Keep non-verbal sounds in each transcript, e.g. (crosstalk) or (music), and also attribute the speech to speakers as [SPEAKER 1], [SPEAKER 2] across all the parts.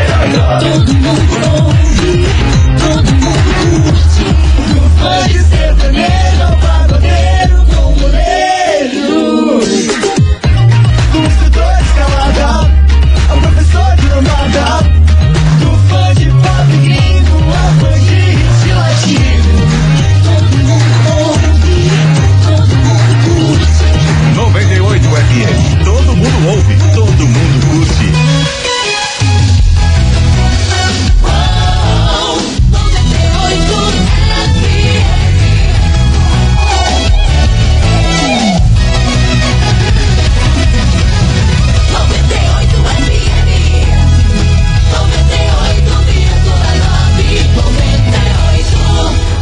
[SPEAKER 1] Todo mundo ouve, todo mundo curte. Grupo de sertanejo, ao pagodeiro com moleiro. Do setor escalada, ao professor de lambada. Do fã de pop gringo, ao fã de hit latino. Todo mundo ouve, todo mundo curte.
[SPEAKER 2] 98 FM. Todo mundo ouve, todo mundo curte.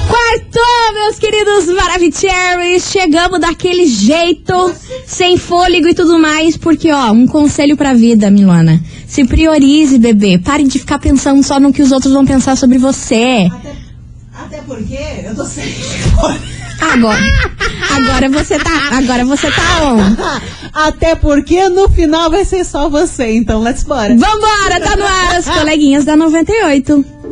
[SPEAKER 3] Quartou, meus queridos Maravicheries! Chegamos daquele jeito, sem fôlego e tudo mais, porque, ó, um conselho pra vida, Milana. Se priorize, bebê. Pare de ficar pensando só no que os outros vão pensar sobre você.
[SPEAKER 4] Até, até porque eu tô sem.
[SPEAKER 3] Agora, agora você tá, agora você tá on.
[SPEAKER 4] (laughs) até porque no final vai ser só você, então let's bora.
[SPEAKER 3] Vambora, tá no ar, as coleguinhas da 98.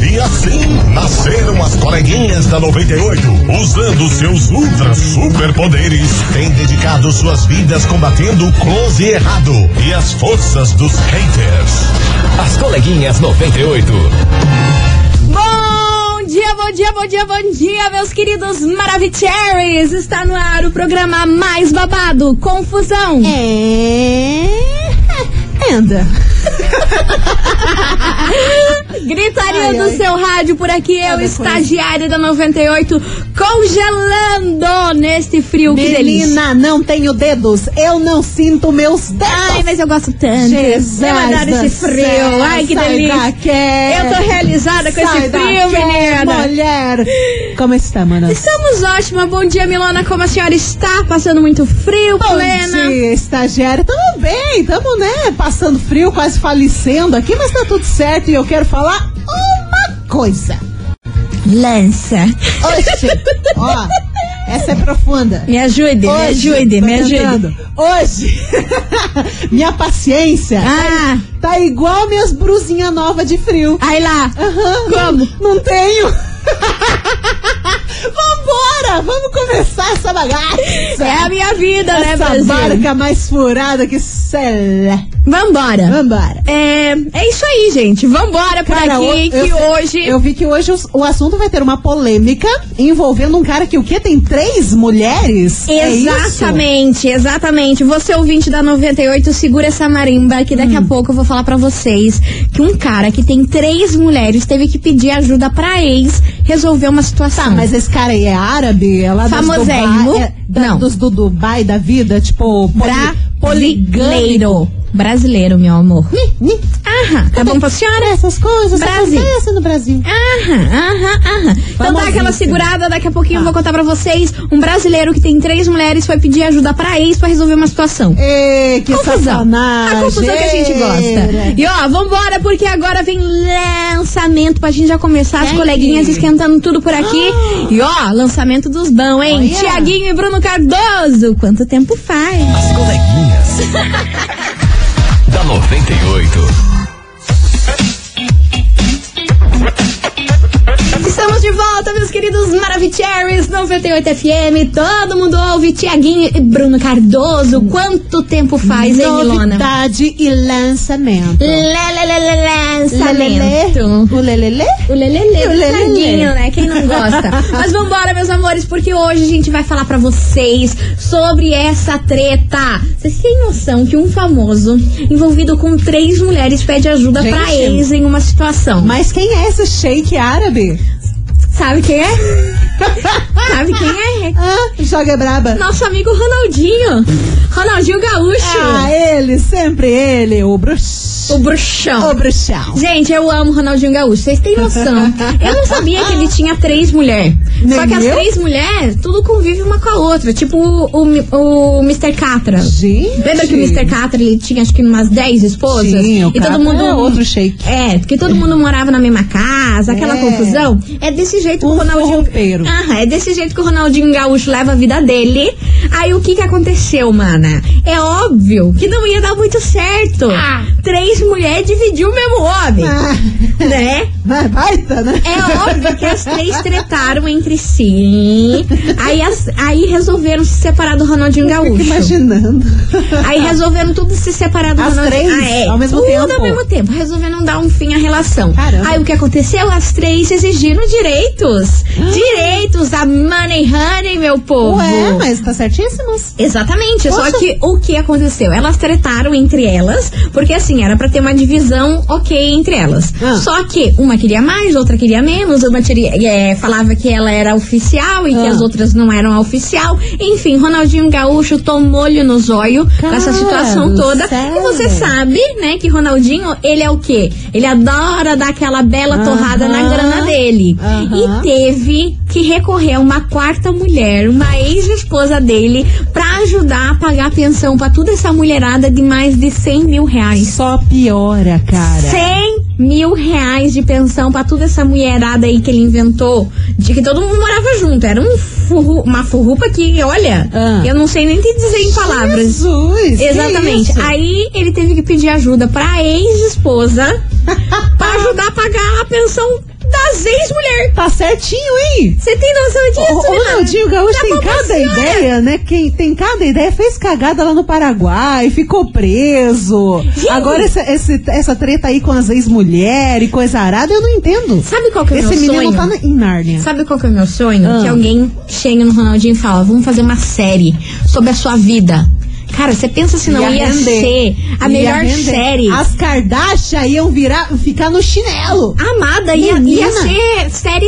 [SPEAKER 2] E assim nasceram as coleguinhas da 98, usando seus ultra superpoderes, têm dedicado suas vidas combatendo o close e errado e as forças dos haters.
[SPEAKER 5] As coleguinhas 98.
[SPEAKER 3] Bom dia, bom dia, bom dia, bom dia, meus queridos Maravicheries! Está no ar o programa mais babado, Confusão.
[SPEAKER 4] É. Anda.
[SPEAKER 3] Gritaria
[SPEAKER 4] Ai,
[SPEAKER 3] do
[SPEAKER 4] ai. Tá,
[SPEAKER 3] seu rádio por aqui, eu,
[SPEAKER 4] Cada
[SPEAKER 3] estagiário da 98, congelando neste frio, que delícia.
[SPEAKER 4] Menina, não tenho dedos. Eu não sinto meus dedos.
[SPEAKER 3] Ai, mas eu gosto tanto.
[SPEAKER 4] Jesus
[SPEAKER 3] eu adoro
[SPEAKER 4] do
[SPEAKER 3] esse frio.
[SPEAKER 4] céu,
[SPEAKER 3] Ai, que
[SPEAKER 4] sai
[SPEAKER 3] delícia.
[SPEAKER 4] daqui.
[SPEAKER 3] Eu tô realizada com
[SPEAKER 4] Sai
[SPEAKER 3] esse frio,
[SPEAKER 4] daqui,
[SPEAKER 3] menina.
[SPEAKER 4] Mulher. Como está, mana?
[SPEAKER 3] Estamos ótima. Bom dia, Milona. Como a senhora está? Passando muito frio,
[SPEAKER 4] Bom
[SPEAKER 3] plena.
[SPEAKER 4] dia, estagiária. Tamo bem, tamo, né? Passando frio, quase falecendo aqui, mas tá tudo certo e eu quero falar uma coisa.
[SPEAKER 3] Lança.
[SPEAKER 4] Oxe,
[SPEAKER 3] (laughs)
[SPEAKER 4] ó, essa é profunda.
[SPEAKER 3] Me ajude, me
[SPEAKER 4] Hoje,
[SPEAKER 3] ajude,
[SPEAKER 4] tô
[SPEAKER 3] me
[SPEAKER 4] tentando.
[SPEAKER 3] ajude.
[SPEAKER 4] Hoje, (laughs) minha paciência
[SPEAKER 3] Ah,
[SPEAKER 4] tá igual minhas brusinhas novas de frio.
[SPEAKER 3] aí lá.
[SPEAKER 4] Aham,
[SPEAKER 3] Como?
[SPEAKER 4] Não tenho. (laughs) Vambora, vamos começar essa bagaça.
[SPEAKER 3] É a minha vida, né,
[SPEAKER 4] essa
[SPEAKER 3] Brasil?
[SPEAKER 4] barca mais furada que céu.
[SPEAKER 3] Vambora.
[SPEAKER 4] Vambora.
[SPEAKER 3] É, é isso aí, gente. Vambora por
[SPEAKER 4] Cara,
[SPEAKER 3] aqui,
[SPEAKER 4] o- eu
[SPEAKER 3] que
[SPEAKER 4] sei-
[SPEAKER 3] hoje...
[SPEAKER 4] Eu vi que hoje os- o assunto vai ter uma polêmica envolvendo um cara que o quê? Tem três mulheres? É isso?
[SPEAKER 3] Exatamente, exatamente. Você ouvinte da 98, segura essa marimba que
[SPEAKER 4] Hum.
[SPEAKER 3] daqui a pouco eu vou falar pra vocês que um cara que tem três mulheres teve que pedir ajuda pra ex resolver uma situação.
[SPEAKER 4] Tá, mas esse cara aí é árabe? É lá dos
[SPEAKER 3] Famosérrimo?
[SPEAKER 4] Dubai, é da-
[SPEAKER 3] Não.
[SPEAKER 4] Dos do Dubai da vida? Tipo, poli, poligâmico.
[SPEAKER 3] brasileiro. Brasileiro, meu amor.
[SPEAKER 4] Ni- ni-
[SPEAKER 3] Aham, tá bom pra senhora?
[SPEAKER 4] Essas coisas
[SPEAKER 3] Brasil.
[SPEAKER 4] acontecem no Brasil.
[SPEAKER 3] Aham, aham, aham. Então dá aquela
[SPEAKER 4] Famosíssimo.
[SPEAKER 3] segurada, daqui a
[SPEAKER 4] Tá.
[SPEAKER 3] pouquinho eu vou contar pra vocês. Um brasileiro que tem três mulheres foi pedir ajuda pra ex pra resolver uma situação.
[SPEAKER 4] Ei, É, que
[SPEAKER 3] confusão.
[SPEAKER 4] sacanagem. É.
[SPEAKER 3] A confusão que a gente gosta. E ó, vambora, porque agora vem lançamento pra gente já começar as
[SPEAKER 4] Vem.
[SPEAKER 3] coleguinhas esquentando tudo por aqui. E ó, lançamento dos bão, hein?
[SPEAKER 4] Olha.
[SPEAKER 3] Tiaguinho e Bruno Cardoso. Quanto tempo faz?
[SPEAKER 5] As coleguinhas. da 98.
[SPEAKER 3] Estamos de volta, meus queridos Maravicheries 98 FM. Todo mundo ouve Tiaguinho e Bruno Cardoso. Quanto tempo faz, hein, Milona?
[SPEAKER 4] Novidade e lançamento.
[SPEAKER 3] Lá, lá, lá, lá, lá, Lançamento.
[SPEAKER 4] Lelele. O lelele?
[SPEAKER 3] O lelele,
[SPEAKER 4] O lelele.
[SPEAKER 3] Tiaguinho, né? Quem não
[SPEAKER 4] (laughs)
[SPEAKER 3] gosta. Mas vambora, meus amores, porque hoje a gente vai falar pra vocês sobre essa treta. Vocês têm noção que um famoso envolvido com três mulheres pede ajuda
[SPEAKER 4] Gente.
[SPEAKER 3] pra ex em uma situação.
[SPEAKER 4] Mas quem é esse shake árabe?
[SPEAKER 3] Sabe quem
[SPEAKER 4] (laughs)
[SPEAKER 3] é? Sabe quem é?
[SPEAKER 4] Ah, joga braba.
[SPEAKER 3] Nosso amigo Ronaldinho. Ronaldinho Gaúcho.
[SPEAKER 4] Ah, ele, sempre ele, o bruxo.
[SPEAKER 3] O bruxão.
[SPEAKER 4] Ô, bruxão.
[SPEAKER 3] Gente, eu amo Ronaldinho Gaúcho, vocês têm noção. Eu não sabia que ele tinha três mulheres.
[SPEAKER 4] Nem
[SPEAKER 3] Só que as
[SPEAKER 4] eu?
[SPEAKER 3] três mulheres, tudo convive uma com a outra. Tipo o, o, o Mr. Catra.
[SPEAKER 4] Gente.
[SPEAKER 3] Lembra que o Mr. Catra ele tinha acho que umas 10 esposas?
[SPEAKER 4] Sim, o
[SPEAKER 3] e
[SPEAKER 4] Catra
[SPEAKER 3] todo mundo.
[SPEAKER 4] é outro shake.
[SPEAKER 3] É, porque todo mundo morava na mesma casa, aquela
[SPEAKER 4] É.
[SPEAKER 3] confusão. É desse jeito que o
[SPEAKER 4] Um
[SPEAKER 3] Ronaldinho.
[SPEAKER 4] forropeiro.
[SPEAKER 3] Aham, é desse jeito que o Ronaldinho Gaúcho leva a vida dele. Aí o que que aconteceu, mana? É óbvio que não ia dar muito certo. Três mulheres dividiu o mesmo homem.
[SPEAKER 4] Ah,
[SPEAKER 3] Né?
[SPEAKER 4] vai, baita, né?
[SPEAKER 3] É óbvio que as
[SPEAKER 4] (laughs)
[SPEAKER 3] três tretaram entre si. Aí, as- aí resolveram se separar do Ronaldinho
[SPEAKER 4] Eu
[SPEAKER 3] é Gaúcho.
[SPEAKER 4] Fico imaginando.
[SPEAKER 3] Aí resolveram tudo se separar do
[SPEAKER 4] As
[SPEAKER 3] Ronaldinho.
[SPEAKER 4] três?
[SPEAKER 3] Ah, é.
[SPEAKER 4] Ao mesmo
[SPEAKER 3] tudo
[SPEAKER 4] tempo?
[SPEAKER 3] ao mesmo tempo. Resolveram dar um fim à relação.
[SPEAKER 4] Caramba.
[SPEAKER 3] Aí o que aconteceu? As três exigiram direitos.
[SPEAKER 4] Ah.
[SPEAKER 3] Direitos da Money Honey, meu povo.
[SPEAKER 4] Ué, mas tá certíssimos.
[SPEAKER 3] Exatamente, só
[SPEAKER 4] Poxa.
[SPEAKER 3] que o que aconteceu? Elas tretaram entre elas, porque assim, era pra ter uma divisão ok entre elas.
[SPEAKER 4] Ah.
[SPEAKER 3] Só que uma queria mais, outra queria menos, uma teria- eh, falava que ela era oficial e que
[SPEAKER 4] Ah.
[SPEAKER 3] as outras não eram a oficial. Enfim, Ronaldinho Gaúcho tomou-lhe no zóio com essa
[SPEAKER 4] Cara
[SPEAKER 3] situação
[SPEAKER 4] do
[SPEAKER 3] toda.
[SPEAKER 4] céu.
[SPEAKER 3] E você sabe, né, que Ronaldinho, ele é o quê? Ele adora dar aquela bela torrada na
[SPEAKER 4] Aham.
[SPEAKER 3] grana dele.
[SPEAKER 4] Aham.
[SPEAKER 3] E teve que recorrer a uma quarta mulher, uma ex-esposa dele, pra ajudar a pagar a pensão pra toda essa mulherada de mais de 100 mil reais.
[SPEAKER 4] Só piora, cara.
[SPEAKER 3] 100 mil reais de pensão pra toda essa mulherada aí que ele inventou. De que todo mundo morava junto. Era um furru- uma furrupa que, olha,
[SPEAKER 4] Ah.
[SPEAKER 3] eu não sei nem te dizer em palavras.
[SPEAKER 4] Jesus! que
[SPEAKER 3] Exatamente.
[SPEAKER 4] isso?
[SPEAKER 3] Aí ele teve que pedir ajuda pra
[SPEAKER 4] (laughs)
[SPEAKER 3] ex-esposa pra ajudar a pagar a pensão das ex-mulheres.
[SPEAKER 4] Tá certinho, hein?
[SPEAKER 3] Você tem noção
[SPEAKER 4] O
[SPEAKER 3] disso?
[SPEAKER 4] o
[SPEAKER 3] Renato?
[SPEAKER 4] Ronaldinho Gaúcho
[SPEAKER 3] Tá
[SPEAKER 4] tem
[SPEAKER 3] bom pra
[SPEAKER 4] cada
[SPEAKER 3] senhora.
[SPEAKER 4] ideia, né? Quem tem cada ideia fez cagada lá no Paraguai, ficou preso.
[SPEAKER 3] Gente.
[SPEAKER 4] Agora essa, esse- essa treta aí com as ex-mulheres e coisa arada, eu não entendo.
[SPEAKER 3] Sabe qual que é o
[SPEAKER 4] Esse
[SPEAKER 3] meu
[SPEAKER 4] menino
[SPEAKER 3] sonho?
[SPEAKER 4] tá na- em Nárnia.
[SPEAKER 3] Sabe qual que é o meu sonho?
[SPEAKER 4] Ah.
[SPEAKER 3] Que alguém chegue no Ronaldinho e fala, vamos fazer uma série sobre a sua vida. Cara, você pensa se não ia,
[SPEAKER 4] render.
[SPEAKER 3] ser a
[SPEAKER 4] Ia
[SPEAKER 3] melhor
[SPEAKER 4] render.
[SPEAKER 3] série.
[SPEAKER 4] As Kardashian iam virar, ficar no chinelo.
[SPEAKER 3] Amada ia,
[SPEAKER 4] Menina.
[SPEAKER 3] ia ser série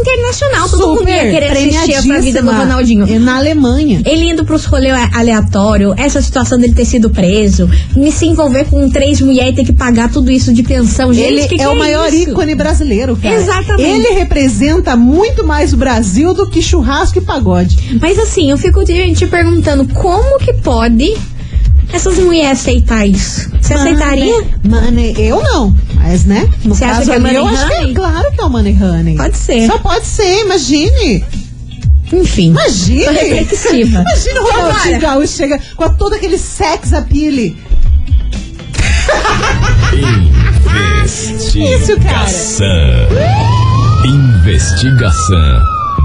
[SPEAKER 3] internacional. Todo mundo ia
[SPEAKER 4] Super
[SPEAKER 3] querer assistir a sua vida do
[SPEAKER 4] premiadíssima.
[SPEAKER 3] Ronaldinho.
[SPEAKER 4] E Na Alemanha.
[SPEAKER 3] Ele indo pros rolê aleatório, essa situação dele ter sido preso, me se envolver com três mulheres e ter que pagar tudo isso de pensão. Gente,
[SPEAKER 4] Ele
[SPEAKER 3] que que
[SPEAKER 4] é o maior
[SPEAKER 3] isso?
[SPEAKER 4] ícone brasileiro, cara.
[SPEAKER 3] Exatamente.
[SPEAKER 4] Ele representa muito mais o Brasil do que churrasco e pagode.
[SPEAKER 3] Mas assim, eu fico te, te perguntando como que pode essas mulheres aceitar isso? Você aceitaria?
[SPEAKER 4] Mano, eu não. Mas, né? No
[SPEAKER 3] Você acha
[SPEAKER 4] caso
[SPEAKER 3] que é
[SPEAKER 4] ali,
[SPEAKER 3] money
[SPEAKER 4] eu acho que
[SPEAKER 3] honey?
[SPEAKER 4] é claro que é o Money Honey.
[SPEAKER 3] Pode ser.
[SPEAKER 4] Só pode ser, imagine.
[SPEAKER 3] Enfim.
[SPEAKER 4] Imagine.
[SPEAKER 3] Tô reflexiva.
[SPEAKER 4] Imagina o
[SPEAKER 3] Vambora.
[SPEAKER 4] Ronaldinho Gaúcho chega com a- todo aquele sex appeal. (laughs) Isso, cara.
[SPEAKER 5] Investigação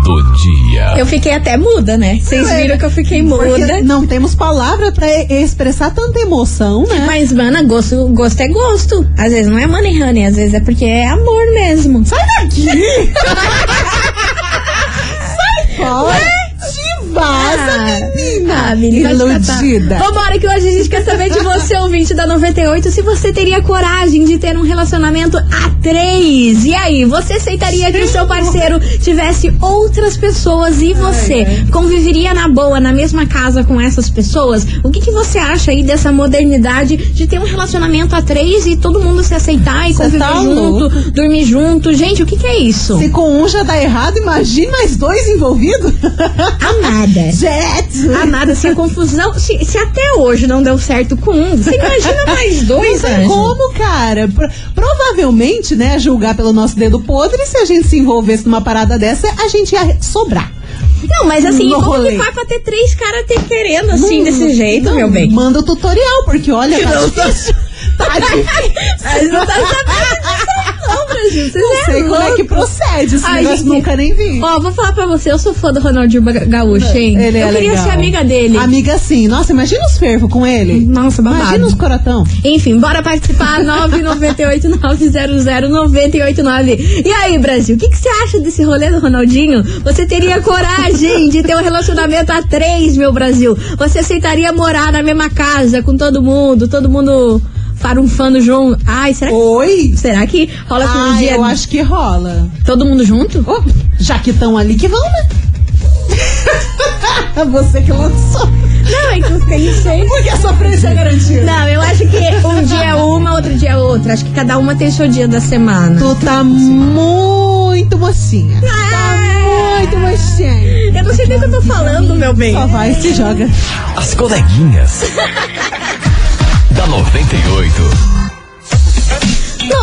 [SPEAKER 5] do dia.
[SPEAKER 3] Eu fiquei até muda, né? Vocês
[SPEAKER 4] É.
[SPEAKER 3] viram que eu fiquei
[SPEAKER 4] Porque
[SPEAKER 3] muda.
[SPEAKER 4] não temos palavra pra e- expressar tanta emoção, né?
[SPEAKER 3] Mas, mana, gosto, gosto é gosto. Às vezes não é money honey, às vezes é porque é amor mesmo.
[SPEAKER 4] Sai daqui! Sai fora! Te vaza, menina!
[SPEAKER 3] Ah, menina
[SPEAKER 4] Iludida!
[SPEAKER 3] Vambora que hoje a gente quer saber de você, (laughs) ouvinte da 98, se você teria coragem de ter um relacionamento a três. E aí, você aceitaria que o seu parceiro tivesse outras pessoas e você conviveria na boa, na mesma casa com essas pessoas? O que, que você acha aí dessa modernidade de ter um relacionamento a três e todo mundo se aceitar e
[SPEAKER 4] Cê
[SPEAKER 3] conviver
[SPEAKER 4] tá
[SPEAKER 3] junto, dormir junto? Gente, o que, que é isso?
[SPEAKER 4] Se com um já tá errado, imagina mais dois envolvidos? (laughs) tá
[SPEAKER 3] Amada.
[SPEAKER 4] Jet!
[SPEAKER 3] Amada, se a confusão. Se, se até hoje não deu certo com um, você imagina mais dois,
[SPEAKER 4] (laughs)
[SPEAKER 3] assim.
[SPEAKER 4] Não tem
[SPEAKER 3] anjo.
[SPEAKER 4] como, cara? Pro- provavelmente, né, julgar pelo nosso dedo podre, se a gente se envolvesse numa parada dessa, a gente ia sobrar.
[SPEAKER 3] Não, mas assim,
[SPEAKER 4] No
[SPEAKER 3] como
[SPEAKER 4] rolê.
[SPEAKER 3] que vai pra ter três caras te querendo assim,
[SPEAKER 4] Não-
[SPEAKER 3] desse jeito,
[SPEAKER 4] não,
[SPEAKER 3] meu bem?
[SPEAKER 4] Hum, então
[SPEAKER 3] (laughs)
[SPEAKER 4] Manda o tutorial, porque olha, tá difícil. Tá difícil.
[SPEAKER 3] Mas não tá sabendo disso, não, Brasil. Vocês
[SPEAKER 4] Não sei como é que
[SPEAKER 3] louco.
[SPEAKER 4] procede, esse
[SPEAKER 3] Ai,
[SPEAKER 4] negócio
[SPEAKER 3] gente.
[SPEAKER 4] nunca nem vi.
[SPEAKER 3] Ó, vou falar pra você, eu sou fã do Ronaldinho Ga- Gaúcho, hein?
[SPEAKER 4] Ele
[SPEAKER 3] eu
[SPEAKER 4] é
[SPEAKER 3] queria
[SPEAKER 4] legal.
[SPEAKER 3] ser amiga dele.
[SPEAKER 4] Amiga sim. Nossa, imagina os fervos com ele.
[SPEAKER 3] Nossa, babado.
[SPEAKER 4] Imagina os corotão.
[SPEAKER 3] Enfim, bora participar 998-900-989. E aí, Brasil, o que que você acha desse rolê do Ronaldinho? Você teria coragem de ter um relacionamento a três, meu Brasil? Você aceitaria morar na mesma casa com todo mundo, todo mundo farunfando junto? Ai, será que,
[SPEAKER 4] Oi?
[SPEAKER 3] será que rola com um
[SPEAKER 4] Ah,
[SPEAKER 3] dia
[SPEAKER 4] eu acho que rola.
[SPEAKER 3] todo mundo junto?
[SPEAKER 4] Oh, já que estão ali que vão, né? (laughs) Você que lançou.
[SPEAKER 3] Não, é que eu sei.
[SPEAKER 4] Porque a sua frente é garantida.
[SPEAKER 3] Não, eu acho que um dia é uma, outro dia é outra. Acho que cada uma tem seu dia da semana.
[SPEAKER 4] Tu tá muito mocinha. Tá muito mocinha.
[SPEAKER 3] Eu não sei nem o que eu tô falando, meu bem.
[SPEAKER 4] Só vai, se joga.
[SPEAKER 5] As
[SPEAKER 4] (laughs)
[SPEAKER 5] coleguinhas. da 98.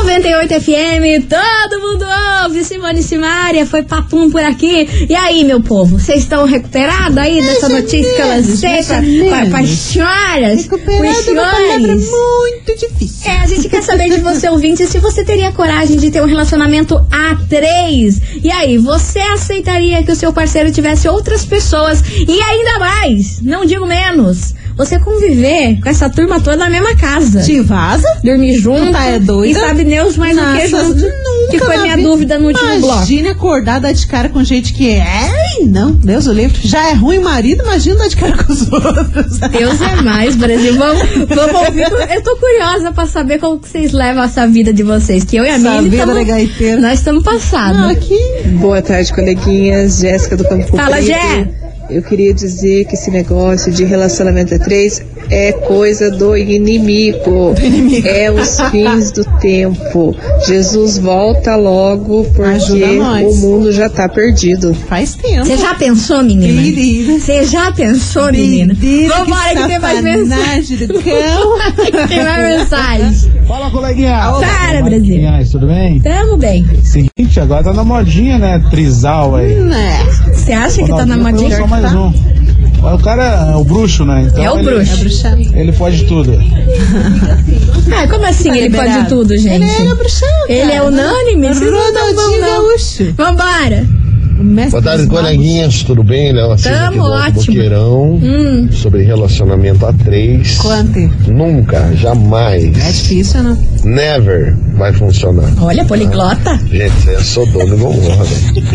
[SPEAKER 3] 98 FM, todo mundo ouve. Simone Simaria foi papum por aqui. E aí, meu povo, vocês estão recuperados aí dessa
[SPEAKER 4] Mais ou
[SPEAKER 3] notícia que eu
[SPEAKER 4] menos,
[SPEAKER 3] lancei
[SPEAKER 4] mais ou
[SPEAKER 3] pra-
[SPEAKER 4] menos.
[SPEAKER 3] pra- para as senhoras? pros
[SPEAKER 4] Recuperando uma palavra
[SPEAKER 3] senhores?
[SPEAKER 4] muito difícil.
[SPEAKER 3] É, a gente quer saber de você, ouvinte, se você teria coragem de ter um relacionamento a três. E aí, você aceitaria que o seu parceiro tivesse outras pessoas? E ainda mais, não digo menos, você conviver com essa turma toda na mesma casa.
[SPEAKER 4] Te vaza?
[SPEAKER 3] Dormir junto
[SPEAKER 4] Tá, é doida?
[SPEAKER 3] e sabe Deus mais o que
[SPEAKER 4] Nossa,
[SPEAKER 3] junto.
[SPEAKER 4] nunca
[SPEAKER 3] que foi
[SPEAKER 4] na
[SPEAKER 3] minha
[SPEAKER 4] vida.
[SPEAKER 3] dúvida no último bloco.
[SPEAKER 4] Imagina acordar dar de cara com gente que é. Ai, não, Deus o livre. Já é ruim o marido, imagina dar de cara com os (laughs) outros.
[SPEAKER 3] Deus é mais, Brasil. Vamos, vamos ouvir. Eu tô curiosa pra saber como que vocês levam essa vida de vocês. Que eu e a
[SPEAKER 4] Essa
[SPEAKER 3] Mili
[SPEAKER 4] vida
[SPEAKER 3] tamo-
[SPEAKER 4] da gaiteira.
[SPEAKER 3] nós estamos passados.
[SPEAKER 4] Não, aqui.
[SPEAKER 6] Boa tarde, coleguinhas. Jéssica do Campo
[SPEAKER 4] Tá
[SPEAKER 3] Fala,
[SPEAKER 6] Preto.
[SPEAKER 3] Jé.
[SPEAKER 6] Eu queria dizer que esse negócio de relacionamento a três é coisa do inimigo. É os fins do tempo. Jesus volta logo porque
[SPEAKER 4] Ajuda nós.
[SPEAKER 6] o mundo já tá perdido.
[SPEAKER 4] Faz tempo.
[SPEAKER 3] Você já pensou, menina?
[SPEAKER 4] Menina.
[SPEAKER 3] Você já pensou, menina? Vambora que tem mais mensagem.
[SPEAKER 4] sacanagem do (laughs)
[SPEAKER 3] (laughs)
[SPEAKER 4] cão.
[SPEAKER 3] Tem mais mensagem.
[SPEAKER 7] Fala, coleguinha!
[SPEAKER 3] Para, Brasil.
[SPEAKER 7] Coleguinhas, tudo bem?
[SPEAKER 3] Tamo bem.
[SPEAKER 7] Seguinte, agora tá na modinha, né? Trisal aí.
[SPEAKER 4] Né?
[SPEAKER 3] Você acha que Hum, tá na
[SPEAKER 7] Ronaldinho foi
[SPEAKER 3] modinha?
[SPEAKER 7] só mais um. Mas O cara é o bruxo, né? Então
[SPEAKER 3] É o
[SPEAKER 7] ele-
[SPEAKER 4] É
[SPEAKER 3] bruxo.
[SPEAKER 4] bruxão.
[SPEAKER 7] Ele pode tudo.
[SPEAKER 3] Ah, como assim ele pode
[SPEAKER 4] Tá liberado.
[SPEAKER 3] tudo, gente?
[SPEAKER 4] Ele é bruxão.
[SPEAKER 3] Ele é unânime? Vocês não tão bom,
[SPEAKER 4] Ronaldinho
[SPEAKER 3] não.
[SPEAKER 4] Gaúcho.
[SPEAKER 3] Vambora.
[SPEAKER 4] O um mestre
[SPEAKER 8] Boa tarde,
[SPEAKER 4] dos
[SPEAKER 8] coleguinhas, tudo bem? Léo Assis aqui do
[SPEAKER 3] Tamo
[SPEAKER 8] Alto
[SPEAKER 3] ótimo. Hum.
[SPEAKER 8] Boqueirão, sobre relacionamento a três.
[SPEAKER 4] Quanto?
[SPEAKER 8] Nunca,
[SPEAKER 4] É
[SPEAKER 8] jamais,
[SPEAKER 4] difícil, não?
[SPEAKER 8] never vai funcionar.
[SPEAKER 3] Olha, poliglota.
[SPEAKER 8] Gente, eu sou dono e gongorra, velho.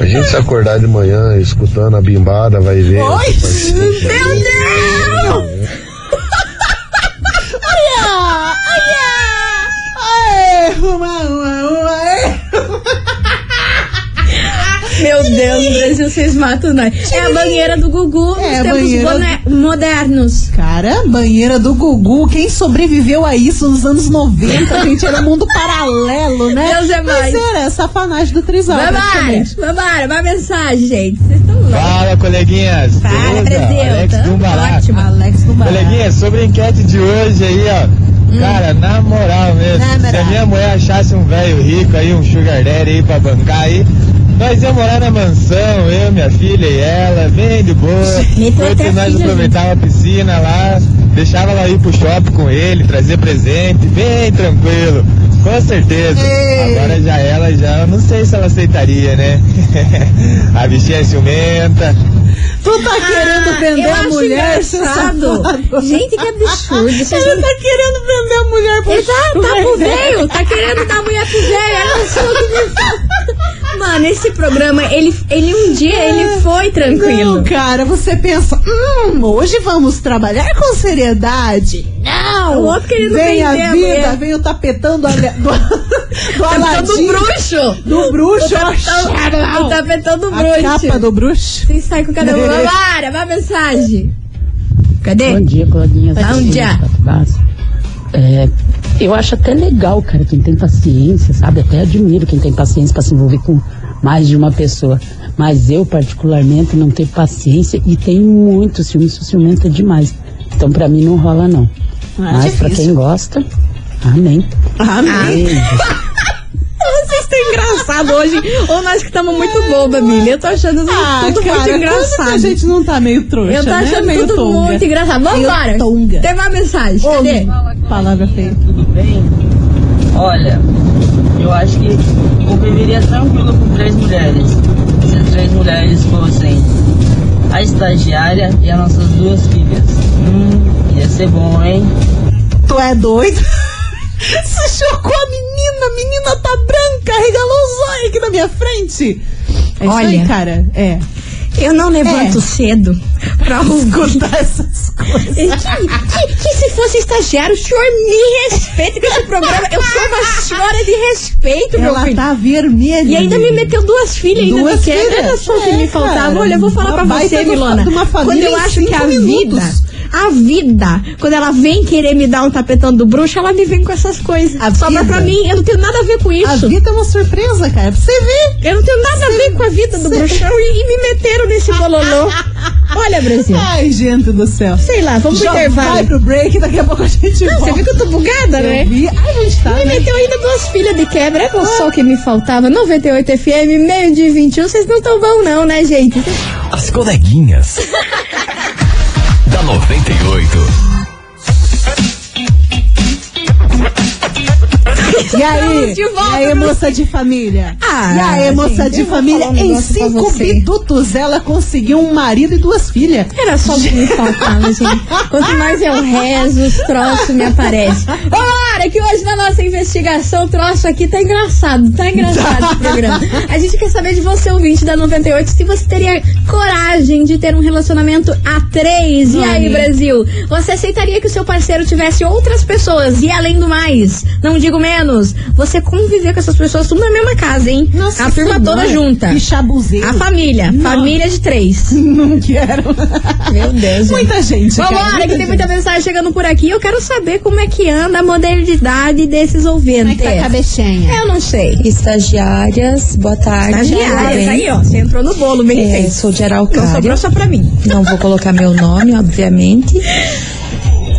[SPEAKER 8] A gente se acordar de manhã escutando a bimbada, vai ver.
[SPEAKER 4] Oi,
[SPEAKER 3] Meu Deus!
[SPEAKER 4] Olha! Olha! Aê, uma, uma, uma, aê.
[SPEAKER 3] Meu Deus, Brasil, vocês matam nós. É a banheira do Gugu nos
[SPEAKER 4] É, a
[SPEAKER 3] tempos
[SPEAKER 4] banheira
[SPEAKER 3] boné- modernos.
[SPEAKER 4] Cara, banheira do Gugu, quem sobreviveu a isso nos anos 90, gente, era mundo paralelo, né?
[SPEAKER 3] Deus é mais.
[SPEAKER 4] Mas era safanagem do Trisal.
[SPEAKER 3] Vambora,
[SPEAKER 4] praticamente.
[SPEAKER 3] vambora, vai mensagem, gente. Vocês estão loucos.
[SPEAKER 7] Fala, coleguinhas!
[SPEAKER 3] Fala, presenta. tá? Ótimo.
[SPEAKER 4] Alex do Bará.
[SPEAKER 7] Coleguinha, sobre a enquete de hoje aí,
[SPEAKER 3] Hum.
[SPEAKER 7] ó. Cara, na moral mesmo,
[SPEAKER 4] Na moral.
[SPEAKER 7] se a minha mulher achasse um velho rico aí, um sugar daddy aí pra bancar aí, nós ia morar na mansão, eu, minha filha e ela, bem de boa.
[SPEAKER 3] Meteu até a
[SPEAKER 7] Todos nós
[SPEAKER 3] filha
[SPEAKER 7] aproveitava a piscina um lá, deixava ela ir pro shopping com ele, trazer presente, bem tranquilo. Com certeza. Agora já ela, já eu não sei se ela aceitaria, né? (laughs) a bichinha é ciumenta.
[SPEAKER 4] Tu tá querendo vender
[SPEAKER 3] eu
[SPEAKER 4] a
[SPEAKER 3] acho
[SPEAKER 4] mulher, seu
[SPEAKER 3] engraçado.
[SPEAKER 4] safado.
[SPEAKER 3] Gente, que absurdo. Vocês
[SPEAKER 4] Ele
[SPEAKER 3] não...
[SPEAKER 4] tá querendo vender a mulher pro
[SPEAKER 3] Ele tá, tá
[SPEAKER 4] sugar
[SPEAKER 3] pro
[SPEAKER 4] daddy.
[SPEAKER 3] veio, tá querendo dar mulher pro veio. Ela não sabe o que me (laughs) fala. Mano, esse programa, ele, ele um dia, ele foi tranquilo.
[SPEAKER 4] Não, cara, você pensa, hum, hoje vamos trabalhar com seriedade. Não!
[SPEAKER 3] O outro querendo
[SPEAKER 4] vem a
[SPEAKER 3] vender é a
[SPEAKER 4] vida,
[SPEAKER 3] mulher.
[SPEAKER 4] vem o tapetando ale- do, (laughs) do
[SPEAKER 3] Tapetão do
[SPEAKER 4] Aladim,
[SPEAKER 3] Tá bruxo.
[SPEAKER 4] do bruxo.
[SPEAKER 3] Tapetão- O tapetão do
[SPEAKER 4] a capa
[SPEAKER 3] bruxo.
[SPEAKER 4] do bruxo.
[SPEAKER 3] Vocês saem com
[SPEAKER 4] (laughs)
[SPEAKER 3] cada um. Vambora, vai mensagem. Cadê?
[SPEAKER 9] Bom dia, coleguinhas.
[SPEAKER 3] Bom
[SPEAKER 9] Aqui,
[SPEAKER 3] dia.
[SPEAKER 9] Pato Basso. É, eu acho até legal, cara, quem tem paciência, sabe? Até admiro quem tem paciência para se envolver com mais de uma pessoa. Mas eu, particularmente, não tenho paciência e tenho muito ciúme, sou ciumenta demais. Então, para mim, não rola, não.
[SPEAKER 10] é
[SPEAKER 4] Ah,
[SPEAKER 9] Mas
[SPEAKER 4] difícil.
[SPEAKER 9] para
[SPEAKER 4] Ah,
[SPEAKER 9] quem gosta, amém.
[SPEAKER 4] Amém.
[SPEAKER 3] (laughs) Vocês estão engraçados hoje. Ou nós que estamos muito boba, Mili. Eu tô achando isso
[SPEAKER 4] é. Ah,
[SPEAKER 3] tudo
[SPEAKER 4] cara,
[SPEAKER 3] muito
[SPEAKER 4] quando
[SPEAKER 3] engraçado.
[SPEAKER 4] que a gente não tá meio trouxa,
[SPEAKER 3] Eu tô
[SPEAKER 4] né?
[SPEAKER 3] achando
[SPEAKER 4] meio
[SPEAKER 3] tudo
[SPEAKER 4] tonga.
[SPEAKER 3] muito engraçado. Vambora.
[SPEAKER 4] Meio tonga.
[SPEAKER 3] Tem uma mensagem. Cadê?
[SPEAKER 4] Palavra feia.
[SPEAKER 10] tudo bem? Olha, eu acho que conviveria tranquilo com três mulheres. Se as três mulheres fossem a estagiária e as nossas duas filhas. Hum, ia ser bom, hein?
[SPEAKER 4] Tu é doido? (laughs) Você chocou a menina, a menina tá branca, regalou os olhos aqui na minha frente. É isso
[SPEAKER 3] Olha.
[SPEAKER 4] aí, cara. É.
[SPEAKER 3] Eu não levanto
[SPEAKER 4] É.
[SPEAKER 3] cedo. pra
[SPEAKER 4] (laughs)
[SPEAKER 3] escutar essas coisas. Que, que se fosse estagiário, o senhor me respeita com esse programa. Eu sou uma
[SPEAKER 4] (laughs)
[SPEAKER 3] senhora de respeito, meu
[SPEAKER 4] Ela
[SPEAKER 3] filho.
[SPEAKER 4] tá vermelha.
[SPEAKER 3] E ainda me meteu duas filhas ainda
[SPEAKER 4] Duas
[SPEAKER 3] que
[SPEAKER 4] filhas.
[SPEAKER 3] Era só o que
[SPEAKER 4] É,
[SPEAKER 3] me faltava.
[SPEAKER 4] cara,
[SPEAKER 3] Olha, eu vou falar
[SPEAKER 4] uma
[SPEAKER 3] pra
[SPEAKER 4] baita
[SPEAKER 3] você,
[SPEAKER 4] de uma-
[SPEAKER 3] Milona.
[SPEAKER 4] de uma
[SPEAKER 3] quando
[SPEAKER 4] família
[SPEAKER 3] eu
[SPEAKER 4] em
[SPEAKER 3] acho que
[SPEAKER 4] cinco
[SPEAKER 3] a
[SPEAKER 4] minutos.
[SPEAKER 3] vida, a vida, quando ela vem querer me dar um tapetão do bruxo, ela me vem com essas coisas. Sobra pra mim, eu não tenho nada a ver com isso.
[SPEAKER 4] A vida é uma surpresa, cara. Pra você ver.
[SPEAKER 3] Eu não tenho nada a ver com a vida do bruxão e, e me meteram nesse
[SPEAKER 4] (laughs)
[SPEAKER 3] bololô. Olha, Brasil.
[SPEAKER 4] Ai, gente do céu.
[SPEAKER 3] Sei lá, vamos pro
[SPEAKER 4] Já
[SPEAKER 3] intervalo.
[SPEAKER 4] Vai pro break, daqui a pouco a gente
[SPEAKER 3] Não, você
[SPEAKER 4] volta.
[SPEAKER 3] viu que eu tô bugada,
[SPEAKER 4] Eu
[SPEAKER 3] né?
[SPEAKER 4] vi. Ai, a gente tá,
[SPEAKER 3] Me
[SPEAKER 4] né?
[SPEAKER 3] meteu ainda duas filhas de quebra. Era só o que me faltava. 98 FM, meio de 21. Vocês não tão bom, não, né, gente?
[SPEAKER 5] As coleguinhas. da 98.
[SPEAKER 4] E aí?
[SPEAKER 3] Estamos de volta,
[SPEAKER 4] e aí,
[SPEAKER 3] meu
[SPEAKER 4] moça de família?
[SPEAKER 3] Ah,
[SPEAKER 4] e aí, moça
[SPEAKER 3] gente,
[SPEAKER 4] de
[SPEAKER 3] eu vou
[SPEAKER 4] família?
[SPEAKER 3] falar um
[SPEAKER 4] em
[SPEAKER 3] negócio pra
[SPEAKER 4] cinco
[SPEAKER 3] você.
[SPEAKER 4] minutos ela conseguiu um marido e duas filhas.
[SPEAKER 3] Era só o que me faltava, gente. Quanto mais eu rezo, os troços me aparecem. Ora, que hoje na nossa investigação o troço aqui tá engraçado. Tá engraçado esse programa. A gente quer saber de você, ouvinte da 98, se você teria coragem de ter um relacionamento a três. E aí, Brasil? Você aceitaria que o seu parceiro tivesse outras pessoas? E além do mais, não digo menos, você conviver com essas pessoas tudo na mesma casa, hein? A turma toda
[SPEAKER 4] Senhora,
[SPEAKER 3] junta.
[SPEAKER 4] Que chabuzeiro.
[SPEAKER 3] A família. Família de três.
[SPEAKER 4] Não quero.
[SPEAKER 3] Meu Deus, gente.
[SPEAKER 4] Muita gente. cara,
[SPEAKER 3] Vambora, que
[SPEAKER 4] muita
[SPEAKER 3] tem
[SPEAKER 4] gente.
[SPEAKER 3] muita mensagem chegando por aqui. Eu quero saber como é que anda a modernidade desses
[SPEAKER 4] é
[SPEAKER 3] ouvintes.
[SPEAKER 4] tá cabecinha?
[SPEAKER 3] Eu não sei.
[SPEAKER 11] Estagiárias, boa tarde.
[SPEAKER 4] Tá
[SPEAKER 11] tudo
[SPEAKER 3] Estagiárias,
[SPEAKER 11] bem?
[SPEAKER 3] aí, ó. Você entrou no bolo, bem
[SPEAKER 11] É,
[SPEAKER 3] feito.
[SPEAKER 11] sou de
[SPEAKER 3] Não
[SPEAKER 11] Araucária.
[SPEAKER 3] sobrou só pra mim.
[SPEAKER 11] Não vou colocar meu nome, obviamente.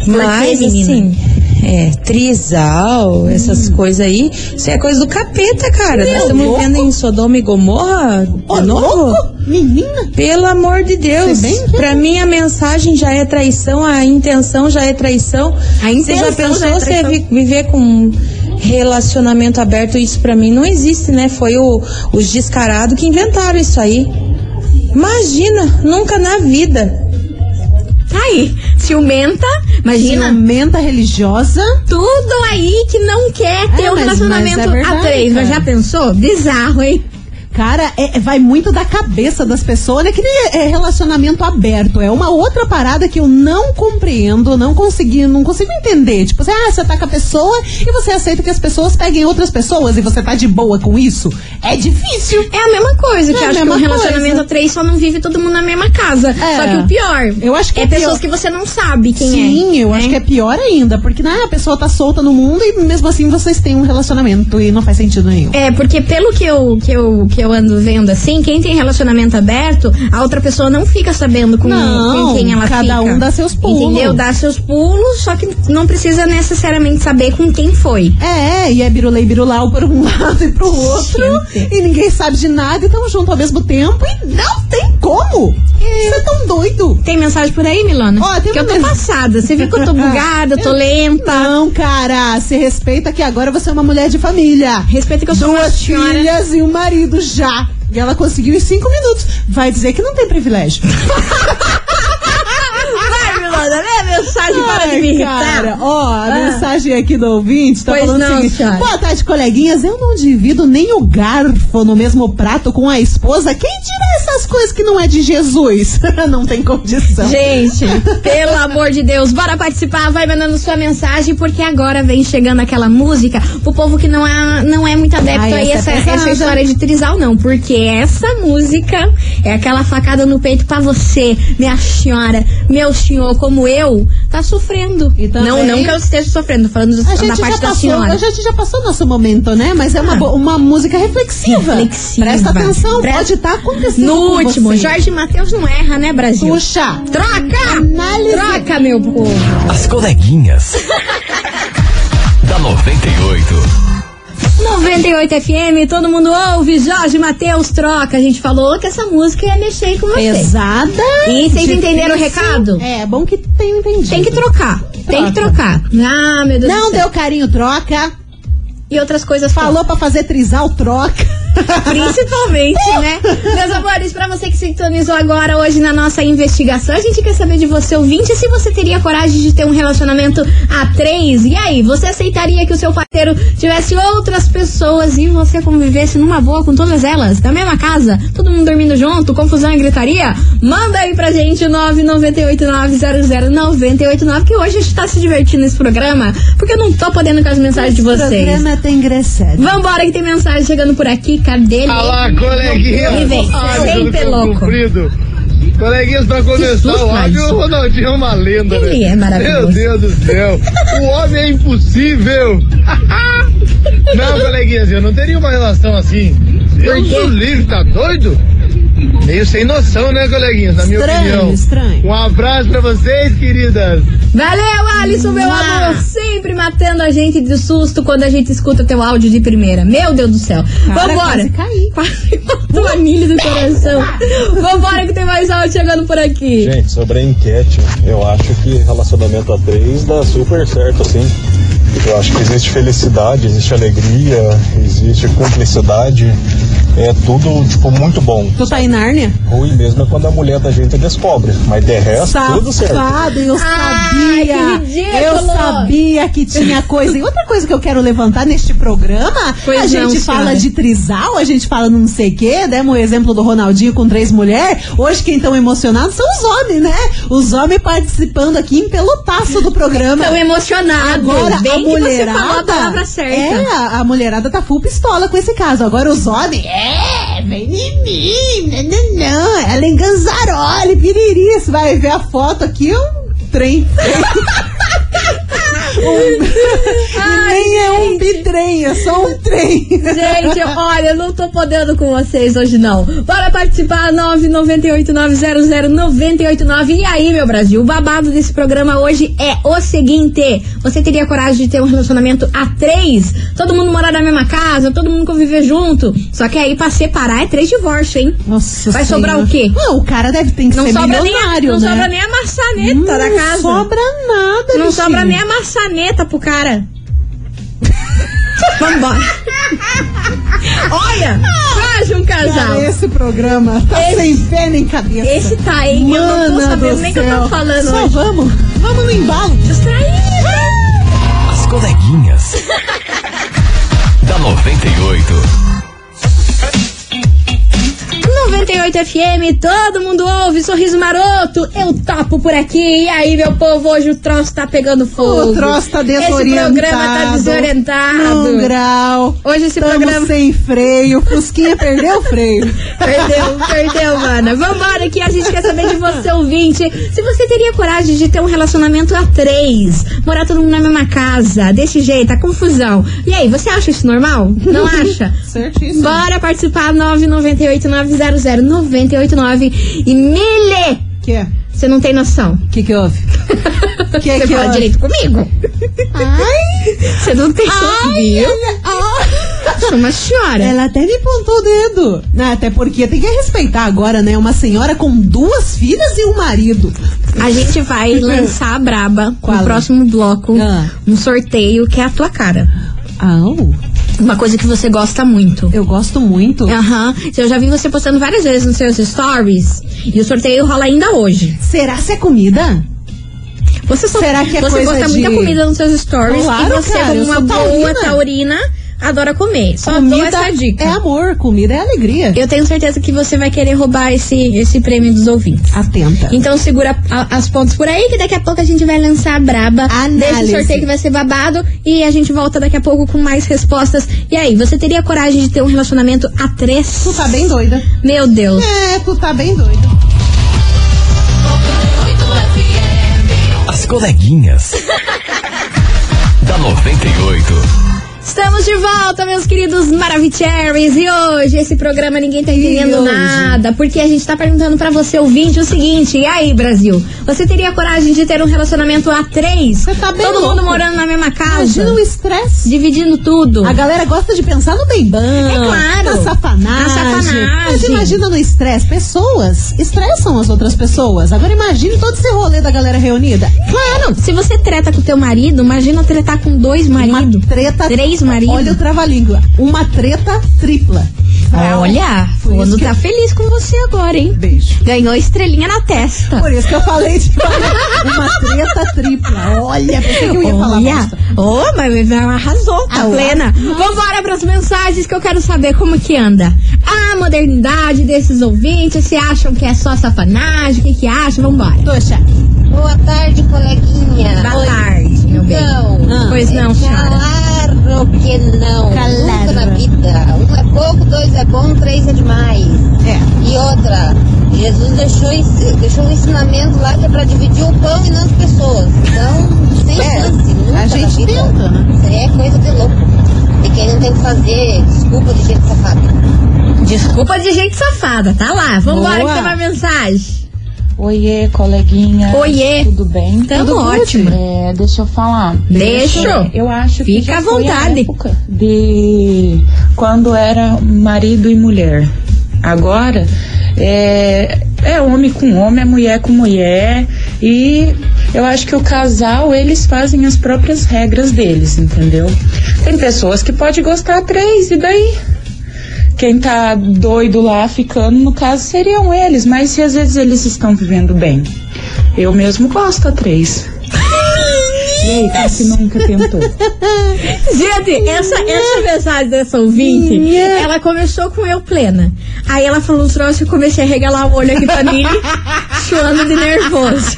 [SPEAKER 11] Mas,
[SPEAKER 3] menina?
[SPEAKER 11] assim, é, trisal, essas coisas aí. Isso é coisa do capeta, cara. Nós estamos
[SPEAKER 4] louco.
[SPEAKER 11] vivendo em Sodoma e Gomorra.
[SPEAKER 4] É, Ô,
[SPEAKER 11] de novo?
[SPEAKER 4] louco? Menina?
[SPEAKER 11] Pelo amor de Deus.
[SPEAKER 4] Você bem?
[SPEAKER 11] Pra mim, a mensagem já é traição, a intenção já é traição. Você
[SPEAKER 3] A
[SPEAKER 11] já
[SPEAKER 3] intenção
[SPEAKER 11] pensou
[SPEAKER 3] já é
[SPEAKER 11] você
[SPEAKER 3] traição.
[SPEAKER 11] vi- viver com um relacionamento aberto? Isso pra mim não existe, né? Foi o- os descarados que inventaram isso aí. Imagina, nunca na vida.
[SPEAKER 3] Tá aí. Ciumenta, imagina.
[SPEAKER 4] Ciumenta religiosa.
[SPEAKER 3] Tudo aí que não quer ter
[SPEAKER 4] É,
[SPEAKER 3] um
[SPEAKER 4] mas- mas é
[SPEAKER 3] relacionamento a
[SPEAKER 4] verdade,
[SPEAKER 3] três. Mas
[SPEAKER 4] cara.
[SPEAKER 3] já pensou? Bizarro, hein?
[SPEAKER 4] Cara, é- é- vai muito da cabeça das pessoas. Não é que nem é, é relacionamento aberto. É uma outra parada que eu não compreendo, não consegui, não consigo entender. Tipo, assim, ah, você tá com a pessoa e você aceita que as pessoas peguem outras pessoas e você tá de boa com isso. É difícil.
[SPEAKER 3] É a mesma coisa, que
[SPEAKER 4] É a
[SPEAKER 3] eu acho que um
[SPEAKER 4] mesma
[SPEAKER 3] relacionamento
[SPEAKER 4] coisa. É.
[SPEAKER 3] a três só não vive todo mundo na mesma casa. Só que o pior
[SPEAKER 4] Eu acho que
[SPEAKER 3] é
[SPEAKER 4] o pior-
[SPEAKER 3] pessoas que você não sabe quem é.
[SPEAKER 4] Sim, eu acho que é pior ainda, porque né, a pessoa tá solta no mundo e mesmo assim vocês têm um relacionamento e não faz sentido nenhum.
[SPEAKER 3] É, porque pelo que eu, que, eu, que eu ando vendo assim, quem tem relacionamento aberto, a outra pessoa não fica sabendo com,
[SPEAKER 4] Não,
[SPEAKER 3] com quem ela
[SPEAKER 4] cada
[SPEAKER 3] fica.
[SPEAKER 4] um dá seus pulos.
[SPEAKER 3] Entendeu? Dá seus pulos, só que não precisa necessariamente saber com quem foi.
[SPEAKER 4] É, é, e é birulei birulau por um (laughs) lado e pro outro.
[SPEAKER 3] Gente.
[SPEAKER 4] E ninguém sabe de nada e tamo junto ao mesmo tempo. E não tem como! Você é tão doido!
[SPEAKER 3] Tem mensagem por aí, Milona?
[SPEAKER 4] Ó, tem
[SPEAKER 3] que eu
[SPEAKER 4] uma
[SPEAKER 3] tô
[SPEAKER 4] mensagem.
[SPEAKER 3] passada. Você viu que
[SPEAKER 4] (laughs)
[SPEAKER 3] eu tô bugada, eu tô lenta.
[SPEAKER 4] Não, Então, cara, se respeita que agora você é uma mulher de família.
[SPEAKER 3] Respeita que eu sou uma
[SPEAKER 4] Duas
[SPEAKER 3] senhora.
[SPEAKER 4] filhas e um marido já. E ela conseguiu em cinco minutos. Vai dizer que não tem privilégio.
[SPEAKER 3] Vai, Milona, lê a mensagem para de
[SPEAKER 4] Ai,
[SPEAKER 3] me irritar.
[SPEAKER 4] cara, ó, a mensagem aqui do ouvinte tá
[SPEAKER 3] Pois
[SPEAKER 4] falando
[SPEAKER 3] não,
[SPEAKER 4] o seguinte.
[SPEAKER 3] senhora.
[SPEAKER 4] Boa tarde, coleguinhas. Eu não divido nem o garfo no mesmo prato com a esposa. Quem tira essas coisas que não é de Jesus? (laughs) não tem condição.
[SPEAKER 3] Gente,
[SPEAKER 4] (laughs)
[SPEAKER 3] pelo amor de Deus, bora participar, vai mandando sua mensagem, porque agora vem chegando aquela música pro povo que não é, não é muito adepto
[SPEAKER 4] Ai,
[SPEAKER 3] aí essa,
[SPEAKER 4] essa é pesada.
[SPEAKER 3] essa história de trisal, não. Porque essa música é aquela facada no peito pra você, minha senhora, meu senhor, como eu, tá sofrendo.
[SPEAKER 4] E também-
[SPEAKER 3] Não, não que eu esteja sofrendo, tô falando
[SPEAKER 4] A gente
[SPEAKER 3] da parte
[SPEAKER 4] já
[SPEAKER 3] da
[SPEAKER 4] passou,
[SPEAKER 3] senhora.
[SPEAKER 4] a gente já passou nosso momento, né? Mas é uma,
[SPEAKER 3] Ah.
[SPEAKER 4] bo- uma música reflexiva.
[SPEAKER 3] Reflexiva.
[SPEAKER 4] Presta atenção,
[SPEAKER 3] Presta-
[SPEAKER 4] pode estar acontecendo.
[SPEAKER 3] No
[SPEAKER 4] com
[SPEAKER 3] último,
[SPEAKER 4] você.
[SPEAKER 3] Jorge Matheus não erra, né, Brasil?
[SPEAKER 4] Puxa.
[SPEAKER 3] Troca!
[SPEAKER 4] Análise.
[SPEAKER 3] Troca, meu povo!
[SPEAKER 5] As coleguinhas. da 98.
[SPEAKER 3] 98 FM, todo mundo ouve, Jorge Matheus troca. A gente falou que essa música ia mexer com você.
[SPEAKER 4] Pesada.
[SPEAKER 3] E vocês
[SPEAKER 4] difícil.
[SPEAKER 3] entenderam o recado?
[SPEAKER 4] É, bom que tenham entendido.
[SPEAKER 3] Tem que trocar. Tem que trocar. Ah, meu Deus do
[SPEAKER 4] Não
[SPEAKER 3] céu.
[SPEAKER 4] deu carinho, troca.
[SPEAKER 3] E outras coisas
[SPEAKER 4] Falou pra fazer trisal, troca.
[SPEAKER 3] Principalmente, né? Meus amores, pra você que sintonizou agora hoje na nossa investigação, a gente quer saber de você, ouvinte, se você teria coragem de ter um relacionamento a três. E aí, você aceitaria que o seu parceiro tivesse outras pessoas e você convivesse numa boa com todas elas? Na mesma casa? Todo mundo dormindo junto? Confusão e gritaria? Manda aí pra gente o 998900989 que hoje a gente tá se divertindo nesse programa, porque eu não tô podendo com as mensagens de
[SPEAKER 4] O
[SPEAKER 3] vocês.
[SPEAKER 4] programa tá engraçado.
[SPEAKER 3] Vambora que tem mensagem chegando por aqui, cadê ele?
[SPEAKER 12] Olá, coleguinha.
[SPEAKER 3] Ele vem,
[SPEAKER 12] Ai, pelo
[SPEAKER 3] sempre
[SPEAKER 12] que eu
[SPEAKER 3] louco.
[SPEAKER 12] comprido. Coleguinhas, pra começar
[SPEAKER 3] susto,
[SPEAKER 12] o áudio,
[SPEAKER 3] Madison.
[SPEAKER 12] o Ronaldinho é uma lenda, né?
[SPEAKER 3] Ele é maravilhoso.
[SPEAKER 12] Meu Deus do céu. O homem é impossível. (laughs) não, coleguinhas, eu não teria uma relação assim. Eu sou livre, tá doido? Meio sem noção, né, coleguinhas? Na minha
[SPEAKER 4] Estranho,
[SPEAKER 12] opinião.
[SPEAKER 4] estranho.
[SPEAKER 12] Um abraço pra vocês, queridas.
[SPEAKER 3] Valeu, Alisson, meu
[SPEAKER 12] Mua.
[SPEAKER 3] amor, sempre matando a gente de susto quando a gente escuta teu áudio de primeira. Meu Deus do céu.
[SPEAKER 4] Cara,
[SPEAKER 3] Vambora.
[SPEAKER 4] quase caí.
[SPEAKER 3] Quase (laughs) matou a milha do coração. Vambora que tem mais áudio chegando por aqui.
[SPEAKER 13] Gente, sobre a enquete, eu acho que relacionamento a três dá super certo, assim. Eu acho que existe felicidade, existe alegria, existe cumplicidade. É tudo, tipo, muito bom.
[SPEAKER 4] Tu tá em Nárnia?
[SPEAKER 13] Ruim mesmo é quando a mulher da gente descobre. Mas de
[SPEAKER 12] É,
[SPEAKER 13] resto, tudo certo.
[SPEAKER 4] Safado, eu sabia.
[SPEAKER 3] que ridículo.
[SPEAKER 4] eu sabia que tinha coisa. E outra coisa que eu quero levantar neste programa,
[SPEAKER 3] Pois
[SPEAKER 4] a
[SPEAKER 3] não,
[SPEAKER 4] gente
[SPEAKER 3] senhora.
[SPEAKER 4] fala de trisal, a gente fala não sei o quê, demos o exemplo do Ronaldinho com três mulheres. Hoje quem estão emocionados são os homens, né? Os homens participando aqui em pelotaço do programa.
[SPEAKER 3] Tão emocionado.
[SPEAKER 4] Agora
[SPEAKER 3] Bem
[SPEAKER 4] a
[SPEAKER 3] que você falou a
[SPEAKER 4] mulherada.
[SPEAKER 3] palavra certa.
[SPEAKER 4] É, a, a mulherada tá full pistola com esse caso. Agora os homens. É, vem em mim. Não, não, não. Ela é Ganzaroli, piriri. Você vai ver a foto aqui, um trem.
[SPEAKER 3] Ai,
[SPEAKER 4] Nem é um
[SPEAKER 3] gente.
[SPEAKER 4] bitrem, é só um trem.
[SPEAKER 3] Gente, olha, eu não tô podendo com vocês hoje não. Bora participar 998900989. E aí, meu Brasil, o babado desse programa hoje é o seguinte: você teria coragem de ter um relacionamento a três? Todo mundo morar na mesma casa, todo mundo conviver junto. Só que aí pra separar é três divórcios, hein?
[SPEAKER 4] (laughs) Nossa
[SPEAKER 3] Vai
[SPEAKER 4] Senhora.
[SPEAKER 3] sobrar o quê?
[SPEAKER 4] Não, o cara deve ter que
[SPEAKER 3] Não
[SPEAKER 4] ser
[SPEAKER 3] sobra nem a,
[SPEAKER 4] é milionário,
[SPEAKER 3] não
[SPEAKER 4] né?
[SPEAKER 3] sobra nem a maçaneta
[SPEAKER 4] Não
[SPEAKER 3] da casa.
[SPEAKER 4] sobra nada,
[SPEAKER 3] Não
[SPEAKER 4] bichinho.
[SPEAKER 3] sobra nem a maçaneta pro cara. Vambora. Olha, haja um casal.
[SPEAKER 4] Cara, esse programa tá
[SPEAKER 3] Esse-
[SPEAKER 4] sem pé nem cabeça.
[SPEAKER 3] Esse tá, hein? eu não tô
[SPEAKER 4] Mana
[SPEAKER 3] sabendo
[SPEAKER 4] do
[SPEAKER 3] nem o que eu tô
[SPEAKER 4] céu.
[SPEAKER 3] falando
[SPEAKER 4] Só
[SPEAKER 3] hoje.
[SPEAKER 4] vamos, vamos no embalo.
[SPEAKER 3] Distraída. Ah!
[SPEAKER 5] As coleguinhas. da 98.
[SPEAKER 3] 98 FM, todo mundo ouve, sorriso maroto, eu topo por aqui. E aí, meu povo, hoje o troço tá pegando fogo.
[SPEAKER 4] O troço tá
[SPEAKER 3] Esse
[SPEAKER 4] desorientado.
[SPEAKER 3] programa tá
[SPEAKER 4] Num
[SPEAKER 3] desorientado.
[SPEAKER 4] grau.
[SPEAKER 3] Hoje esse
[SPEAKER 4] Tamo
[SPEAKER 3] programa-
[SPEAKER 4] sem freio. Fusquinha perdeu o freio.
[SPEAKER 3] Perdeu, perdeu, mana. Vambora que a gente quer saber de você, ouvinte. Se você teria coragem de ter um relacionamento a três, morar todo mundo na mesma casa, desse jeito, a confusão. E aí, você acha isso normal?
[SPEAKER 4] (laughs)
[SPEAKER 3] Não acha?
[SPEAKER 4] Certíssimo.
[SPEAKER 3] Bora participar 998-900-989 e Mille!
[SPEAKER 4] Que?
[SPEAKER 3] Você não tem noção.
[SPEAKER 4] Que que houve? Que
[SPEAKER 3] Você
[SPEAKER 4] que
[SPEAKER 3] fala
[SPEAKER 4] houve?
[SPEAKER 3] direito comigo? Você não tem noção. viu? Chama chora.
[SPEAKER 4] Ela até me apontou o dedo. Né, Até porque tem que respeitar agora, né? Uma senhora com duas filhas e um marido.
[SPEAKER 3] A gente vai lançar a braba
[SPEAKER 4] Qual?
[SPEAKER 3] no próximo bloco
[SPEAKER 4] Ah.
[SPEAKER 3] um sorteio que é a tua cara.
[SPEAKER 4] Au,
[SPEAKER 3] Uma coisa que você gosta muito.
[SPEAKER 4] eu gosto muito.
[SPEAKER 3] Aham. Eu já vi você postando várias vezes nos seus stories. E o sorteio rola ainda hoje.
[SPEAKER 4] Será se é comida?
[SPEAKER 3] Você só,
[SPEAKER 4] Será que é
[SPEAKER 3] você
[SPEAKER 4] coisa
[SPEAKER 3] posta
[SPEAKER 4] de-
[SPEAKER 3] muita comida nos seus stories
[SPEAKER 4] Claro,
[SPEAKER 3] e você,
[SPEAKER 4] cara,
[SPEAKER 3] como
[SPEAKER 4] eu
[SPEAKER 3] uma
[SPEAKER 4] sou
[SPEAKER 3] boa
[SPEAKER 4] taurina.
[SPEAKER 3] taurina, adora comer. Só dou
[SPEAKER 4] comida
[SPEAKER 3] essa dica.
[SPEAKER 4] é amor, comida é alegria.
[SPEAKER 3] Eu tenho certeza que você vai querer roubar esse, esse prêmio dos ouvintes.
[SPEAKER 4] Atenta.
[SPEAKER 3] Então segura a- as pontas por aí, que daqui a pouco a gente vai lançar a braba
[SPEAKER 4] Análise.
[SPEAKER 3] desse sorteio que vai ser babado. E a gente volta daqui a pouco com mais respostas. E aí, você teria coragem de ter um relacionamento a três?
[SPEAKER 4] Tu tá bem doida.
[SPEAKER 3] Meu Deus.
[SPEAKER 4] É, tu tá bem doida.
[SPEAKER 5] As coleguinhas. da 98.
[SPEAKER 3] Estamos de volta, meus queridos Maravicheries. E hoje, esse programa ninguém tá entendendo
[SPEAKER 4] hoje?
[SPEAKER 3] nada, porque a gente tá perguntando pra você, ouvinte, o seguinte: e aí, Brasil? Você teria coragem de ter um relacionamento a três?
[SPEAKER 4] Você tá bem
[SPEAKER 3] Todo
[SPEAKER 4] louco.
[SPEAKER 3] mundo morando na mesma casa?
[SPEAKER 4] Imagina o estresse.
[SPEAKER 3] Dividindo tudo.
[SPEAKER 4] A galera gosta de pensar no beibão.
[SPEAKER 3] É claro.
[SPEAKER 4] Na safanagem.
[SPEAKER 3] Na safanagem.
[SPEAKER 4] Mas imagina no estresse. Pessoas estressam as outras pessoas. Agora imagine todo esse rolê da galera reunida.
[SPEAKER 3] Claro, se você treta com teu marido, imagina tretar com dois maridos.
[SPEAKER 4] Treta.
[SPEAKER 3] Três maridos.
[SPEAKER 4] Olha o trava-língua. Uma treta tripla. casal.
[SPEAKER 3] Olha, fulano tá feliz com você agora, hein?
[SPEAKER 4] Beijo.
[SPEAKER 3] Ganhou estrelinha na testa.
[SPEAKER 4] Por isso que eu falei de (laughs) uma treta tripla. Olha, pensei que eu ia falar
[SPEAKER 3] Olha.
[SPEAKER 4] bosta.
[SPEAKER 3] Ô, mas arrasou, tá
[SPEAKER 4] Ah,
[SPEAKER 3] plena. Vambora pras mensagens que eu quero saber como que anda. A modernidade desses ouvintes, se acham que é só safanagem, o que que acham? Vambora. Toxa.
[SPEAKER 14] Boa tarde, coleguinha.
[SPEAKER 3] Boa
[SPEAKER 14] Oi.
[SPEAKER 3] tarde, meu bem.
[SPEAKER 14] Então,
[SPEAKER 3] Ah. Pois não,
[SPEAKER 14] é
[SPEAKER 3] senhora.
[SPEAKER 14] Claro que não. Nunca na vida. Um é pouco, dois é bom, três é demais. É. E outra, Jesus deixou, ens- deixou um ensinamento lá que é pra dividir o pão e não as pessoas. Então, sem
[SPEAKER 3] É.
[SPEAKER 14] chance. Nunca a gente na vida. tenta, né? Isso aí é coisa de louco. E quem não tem o que fazer, desculpa de jeito safado.
[SPEAKER 3] Desculpa de gente safada, tá lá. Vambora
[SPEAKER 15] Boa.
[SPEAKER 3] que tem uma mensagem.
[SPEAKER 15] Oiê, coleguinha.
[SPEAKER 3] Oiê.
[SPEAKER 15] Tudo bem?
[SPEAKER 3] Tamo
[SPEAKER 15] Tudo good?
[SPEAKER 3] ótima.
[SPEAKER 15] É, deixa eu falar.
[SPEAKER 3] Deixa.
[SPEAKER 15] Eu acho que
[SPEAKER 3] Fica
[SPEAKER 15] já
[SPEAKER 3] à
[SPEAKER 15] foi a
[SPEAKER 3] vontade.
[SPEAKER 15] época de quando era marido e mulher. Agora é, é homem com homem, é mulher com mulher e eu acho que o casal eles fazem as próprias regras deles, entendeu? Tem pessoas que pode gostar três e daí quem tá doido lá ficando, no caso, seriam eles, mas se às vezes eles estão vivendo bem. Eu mesmo gosto
[SPEAKER 3] (laughs)
[SPEAKER 15] a três. E aí, tá que nunca tentou.
[SPEAKER 3] Gente, essa, essa mensagem dessa ouvinte, ela começou com eu plena. Aí ela falou um troço e eu comecei a regalar o olho aqui pra mim, chorando de nervoso.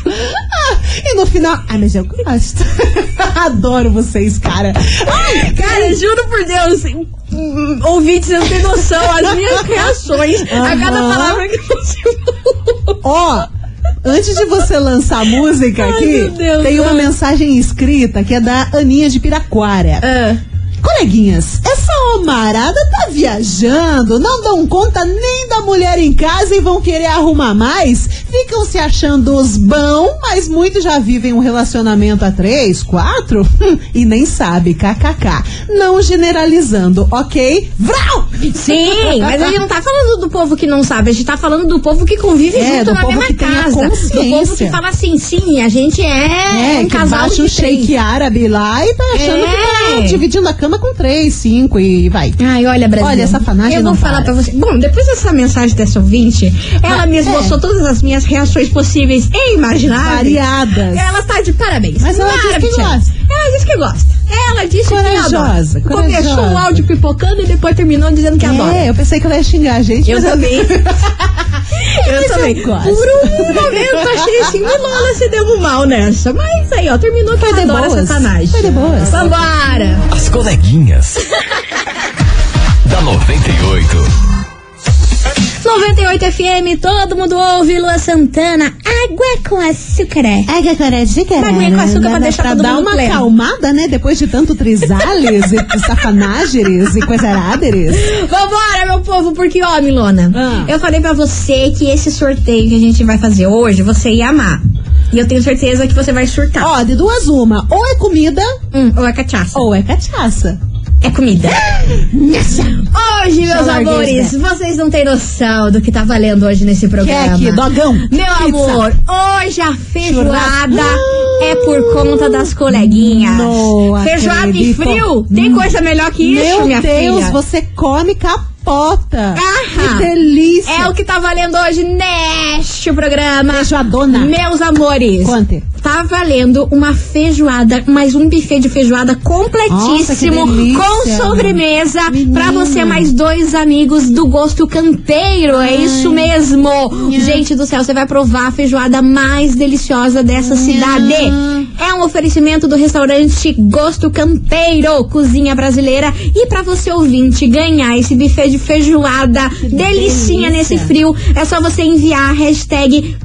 [SPEAKER 4] E no final, ai, mas eu gosto. (laughs) Adoro vocês, cara. Ai,
[SPEAKER 3] Cara, juro por Deus, hum, ouvintes, eu não tem noção, as (laughs) minhas reações a cada
[SPEAKER 4] Aham.
[SPEAKER 3] palavra que você
[SPEAKER 4] Ó, antes de você lançar a música
[SPEAKER 1] Ai,
[SPEAKER 4] aqui,
[SPEAKER 1] meu Deus, né?
[SPEAKER 4] tem uma
[SPEAKER 1] não.
[SPEAKER 4] mensagem escrita que é da Aninha de Piraquara.
[SPEAKER 3] Ah.
[SPEAKER 4] Coleguinhas, é essa homarada tá viajando, não dão conta nem da mulher em casa e vão querer arrumar mais. Ficam se achando os bão, mas muitos já vivem um relacionamento a três, quatro (laughs) hum, e nem sabe, kkk. Não generalizando, ok? Vral!
[SPEAKER 3] Sim, mas
[SPEAKER 4] (laughs)
[SPEAKER 3] a gente não tá falando do povo que não sabe, a gente tá falando do povo que convive
[SPEAKER 4] É,
[SPEAKER 3] junto
[SPEAKER 4] do
[SPEAKER 3] na
[SPEAKER 4] povo
[SPEAKER 3] mesma
[SPEAKER 4] que tem a
[SPEAKER 3] casa. Do povo que
[SPEAKER 4] consciência.
[SPEAKER 3] fala assim, sim, a gente é,
[SPEAKER 4] É,
[SPEAKER 3] um
[SPEAKER 4] que
[SPEAKER 3] casal
[SPEAKER 4] baixa um
[SPEAKER 3] de três.
[SPEAKER 4] shake árabe lá e tá achando que
[SPEAKER 3] É.
[SPEAKER 4] tá dividindo a cama com três, cinco e vai.
[SPEAKER 3] Ai, olha, Brasil.
[SPEAKER 4] Olha, essa fanagem
[SPEAKER 3] Eu vou
[SPEAKER 4] não
[SPEAKER 3] falar pra você. Bom, depois dessa mensagem dessa ouvinte,
[SPEAKER 4] Ah,
[SPEAKER 3] ela me
[SPEAKER 4] é.
[SPEAKER 3] esboçou todas as minhas reações possíveis e imagináveis.
[SPEAKER 4] Variadas.
[SPEAKER 3] Ela tá de parabéns.
[SPEAKER 4] Mas ela disse que
[SPEAKER 3] Maravilhosa. Ela disse que gosta. Ela disse que adora.
[SPEAKER 4] Corajosa,
[SPEAKER 3] Começou
[SPEAKER 4] corajosa.
[SPEAKER 3] o áudio pipocando e depois terminou dizendo que
[SPEAKER 4] É,
[SPEAKER 3] adora.
[SPEAKER 4] eu pensei que ela ia xingar a gente.
[SPEAKER 3] Eu
[SPEAKER 4] mas ela- (laughs)
[SPEAKER 3] também.
[SPEAKER 4] Mas
[SPEAKER 3] (laughs) Eu também. Por
[SPEAKER 4] gosto.
[SPEAKER 3] um momento achei assim, o Lola se deu mal nessa. Mas aí, ó, terminou que
[SPEAKER 4] Foi Tá de
[SPEAKER 3] adora
[SPEAKER 4] boas. Tá
[SPEAKER 3] satanás. Foi de
[SPEAKER 4] boas.
[SPEAKER 3] Vambora.
[SPEAKER 5] As coleguinhas. da 98.
[SPEAKER 3] 98 FM, todo mundo ouve, Lua Santana, água com açúcar. é.
[SPEAKER 4] Água com açúcar.
[SPEAKER 3] Água com açúcar pra deixar todo
[SPEAKER 4] né, dar
[SPEAKER 3] mundo
[SPEAKER 4] uma
[SPEAKER 3] pleno.
[SPEAKER 4] acalmada, né? Depois de tanto trisales e (laughs) safanageres e coisaraderes.
[SPEAKER 3] Vambora, meu povo, porque, ó, Milona,
[SPEAKER 4] Ah.
[SPEAKER 3] eu falei pra você que esse sorteio que a gente vai fazer hoje, você ia amar. E eu tenho certeza que você vai surtar.
[SPEAKER 4] Ó, de duas uma, ou é comida,
[SPEAKER 3] ou é cachaça.
[SPEAKER 4] Ou é cachaça.
[SPEAKER 3] É comida. Hoje,
[SPEAKER 4] Já
[SPEAKER 3] meus
[SPEAKER 4] larguei
[SPEAKER 3] amores,
[SPEAKER 4] isso,
[SPEAKER 3] vocês não têm noção do que tá valendo hoje nesse
[SPEAKER 4] é
[SPEAKER 3] programa.
[SPEAKER 4] Queque, dogão,
[SPEAKER 3] Meu amor, hoje a feijoada é por conta das coleguinhas.
[SPEAKER 4] Não
[SPEAKER 3] feijoada e
[SPEAKER 4] acredito.
[SPEAKER 3] frio, tem
[SPEAKER 4] Hum.
[SPEAKER 3] coisa melhor que isso,
[SPEAKER 4] Meu
[SPEAKER 3] minha
[SPEAKER 4] Deus,
[SPEAKER 3] filha?
[SPEAKER 4] você come capota.
[SPEAKER 3] Ah,
[SPEAKER 4] que delícia.
[SPEAKER 3] É o que tá valendo hoje neste programa.
[SPEAKER 4] Feijoadona.
[SPEAKER 3] Meus amores.
[SPEAKER 4] Conte.
[SPEAKER 3] Tá valendo uma feijoada, mais um buffet de feijoada completíssimo,
[SPEAKER 4] Nossa, que delícia.
[SPEAKER 3] com sobremesa, pra você mais dois amigos do gosto canteiro. É isso mesmo. Gente do céu, você vai provar a feijoada mais deliciosa dessa cidade. É um oferecimento do restaurante Gosto Campeiro, cozinha brasileira. E pra você ouvinte ganhar esse buffet de
[SPEAKER 4] Ah,
[SPEAKER 3] feijoada, delicinha nesse frio, é só você enviar a hashtag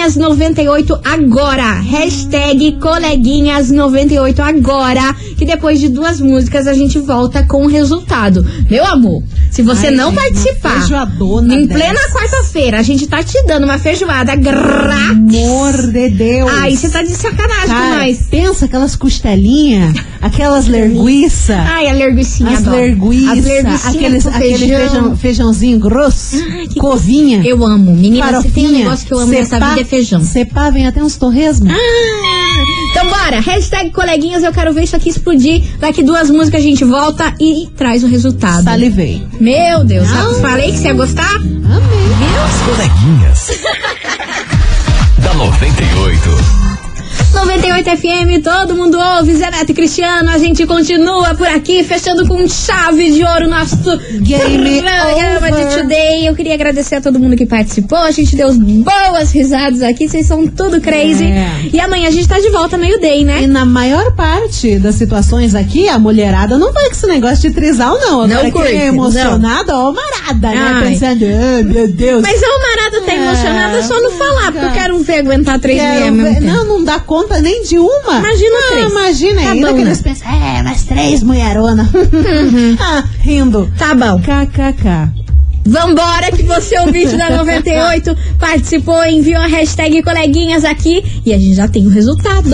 [SPEAKER 3] coleguinhas98 agora. Hashtag coleguinhas98 agora. Que depois de duas músicas a gente volta com o resultado. Meu amor, se você
[SPEAKER 4] Ai,
[SPEAKER 3] não
[SPEAKER 4] gente, uma
[SPEAKER 3] participar,
[SPEAKER 4] feijoadona
[SPEAKER 3] em
[SPEAKER 4] dessa.
[SPEAKER 3] plena quarta-feira, a gente tá te dando uma feijoada grátis.
[SPEAKER 4] Amor de Deus.
[SPEAKER 3] Ai, você tá de sacanagem
[SPEAKER 4] Cara,
[SPEAKER 3] com nós.
[SPEAKER 4] Pensa é aquelas costelinhas, aquelas lerguiça.
[SPEAKER 3] Ai, a lerguicinha.
[SPEAKER 4] As
[SPEAKER 3] adoro. As
[SPEAKER 4] lerguiças,
[SPEAKER 3] lerguicinhas
[SPEAKER 4] aqueles,
[SPEAKER 3] com
[SPEAKER 4] aquele feijão, feijãozinho grosso, covinha.
[SPEAKER 3] Eu amo, é menina, se
[SPEAKER 4] farofinha, tá
[SPEAKER 3] tem um negócio que eu amo nessa vida é feijão.
[SPEAKER 4] Cepá, vem até uns torresmos.
[SPEAKER 3] Ah, Então bora, hashtag coleguinhas, eu quero ver isso aqui explodir. Daqui duas músicas a gente volta e traz o resultado.
[SPEAKER 4] Salivei.
[SPEAKER 3] Meu Deus, falei que você ia gostar? Amei. Deus.
[SPEAKER 5] Coleguinhas. da 98.
[SPEAKER 3] 98 FM, todo mundo ouve, Zé Neto e Cristiano, a gente continua por aqui, fechando com chave de ouro nosso
[SPEAKER 4] Game
[SPEAKER 3] programa
[SPEAKER 4] over.
[SPEAKER 3] de Today. Eu queria agradecer a todo mundo que participou, a gente deu boas risadas aqui, vocês são tudo crazy.
[SPEAKER 4] É.
[SPEAKER 3] E amanhã a gente tá de volta meio day, né?
[SPEAKER 4] E na maior parte das situações aqui, a mulherada não vai com esse negócio de trisal, não. Agora, quem
[SPEAKER 3] curte,
[SPEAKER 4] é emocionada, ó, marada, né?
[SPEAKER 3] Ai.
[SPEAKER 4] Pensando, ah, meu Deus.
[SPEAKER 3] Mas a Marada tá emocionada só no falar, porque eu quero ver aguentar três
[SPEAKER 4] É.
[SPEAKER 3] então.
[SPEAKER 4] Quero
[SPEAKER 3] meses.
[SPEAKER 4] ver- Não, não dá conta nem de uma.
[SPEAKER 3] é Imagina
[SPEAKER 4] ah,
[SPEAKER 3] três.
[SPEAKER 4] Imagina
[SPEAKER 3] Tá bom,
[SPEAKER 4] ainda que
[SPEAKER 3] né? Uhum.
[SPEAKER 4] eles pensam, é, mas três mulherona. (laughs) ah, rindo.
[SPEAKER 3] Tá bom.
[SPEAKER 4] KKK.
[SPEAKER 3] Vambora que você ouvinte
[SPEAKER 4] (laughs)
[SPEAKER 3] da 98 participou, enviou a hashtag coleguinhas aqui e a gente já tem o resultado.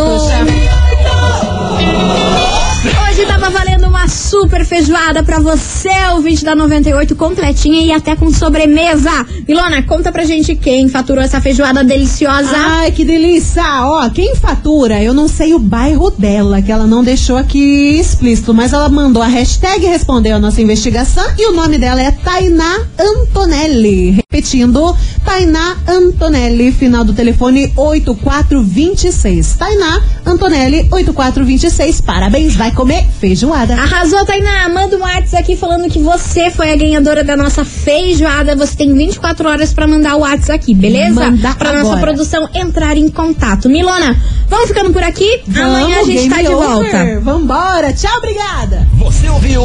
[SPEAKER 3] Hoje tava valendo uma super feijoada pra você, ouvinte da 98, completinha e até com sobremesa. Milona, conta pra gente quem faturou essa feijoada deliciosa.
[SPEAKER 4] Ai, que delícia! Ó, quem fatura, eu não sei o bairro dela, que ela não deixou aqui explícito, mas ela mandou a hashtag, respondeu a nossa investigação e o nome dela é Tainá Antonelli. Repetindo, Tainá Antonelli, final do telefone 8426. Tainá Antonelli, 8426. Parabéns, vai comer feijoada.
[SPEAKER 3] Arrasou, Tainá. Manda um WhatsApp aqui falando que você foi a ganhadora da nossa feijoada. Você tem 24 horas pra mandar o WhatsApp aqui, beleza?
[SPEAKER 4] Manda
[SPEAKER 3] pra nossa
[SPEAKER 4] agora.
[SPEAKER 3] produção entrar em contato. Milona, vamos ficando por aqui? Amanhã a
[SPEAKER 4] Vamos,
[SPEAKER 3] gente tá
[SPEAKER 4] game
[SPEAKER 3] de
[SPEAKER 4] over.
[SPEAKER 3] volta.
[SPEAKER 4] Vambora, tchau, obrigada!
[SPEAKER 5] Você ouviu?